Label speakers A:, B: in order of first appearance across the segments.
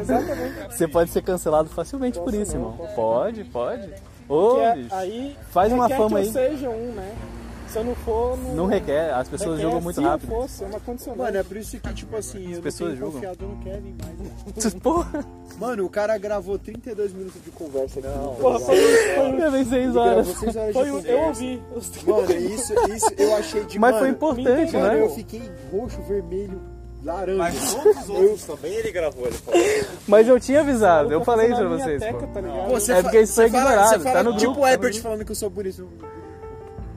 A: exatamente.
B: Você pode ser cancelado facilmente por isso, irmão. Pode, pode. Ô,
A: Que é-
B: bicho,
A: aí
B: faz uma
A: requer
B: fama
A: que
B: aí.
A: eu seja um, né? Se eu não for, não.
B: Não requer, as pessoas
A: requer.
B: jogam muito
A: se
B: rápido.
A: eu fosse, é uma condicionante.
C: Mano, é por isso que, tipo assim, eu
B: pessoas
C: não tenho
B: julgam.
C: confiado no Kevin mais.
B: Porra,
C: Mano, o cara gravou 32 minutos de conversa né? aqui. Não,
A: Porra, foi, foi,
B: eu levei seis horas.
A: foi um- eu ouvi. os
C: é Mano, isso, isso eu achei de
B: Mas
C: mano,
B: foi importante,
C: Mano, eu
B: né?
C: fiquei roxo, vermelho, laranja.
D: Mas todos os outros também ele gravou, ele falou.
B: Mas eu tinha avisado, eu
A: tá
B: falei
A: na
B: pra
A: minha
B: vocês.
A: teca,
B: pô.
A: tá ligado?
C: Pô, você
B: É porque isso
C: fa-
B: é
C: você fala-
B: ignorado,
C: você fala
B: tá no
C: tipo
B: grupo, tá
C: o
B: no
C: Herbert
B: grupo.
C: falando que eu sou bonito.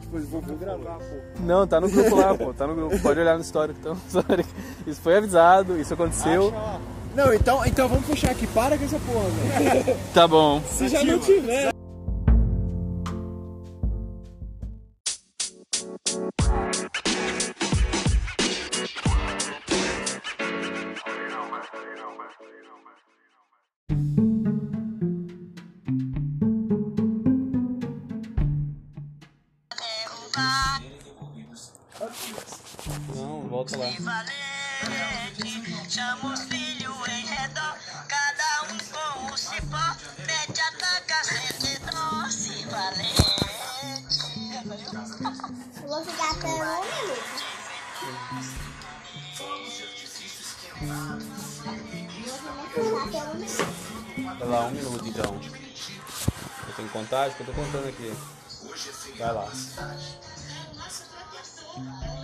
C: Tipo, eu vou, vou gravar, pô.
B: Não, tá no grupo lá, pô. Tá no grupo. Pode olhar no histórico, então. Sorry. Isso foi avisado, isso aconteceu.
C: Não, então, então vamos puxar aqui. Para com essa porra, velho.
B: Tá bom.
A: Se já não tiver.
B: Não, volta lá.
E: valente. Chama os filhos em redor, cada um com o cipó. Mete a taca sem dó, se valente.
F: Vou ficar até um minuto. Vou ficar até um minuto.
B: Vai lá, um minuto então. Eu tenho contagem, que eu tô contando aqui. Vai lá.
F: Hoje é feriado.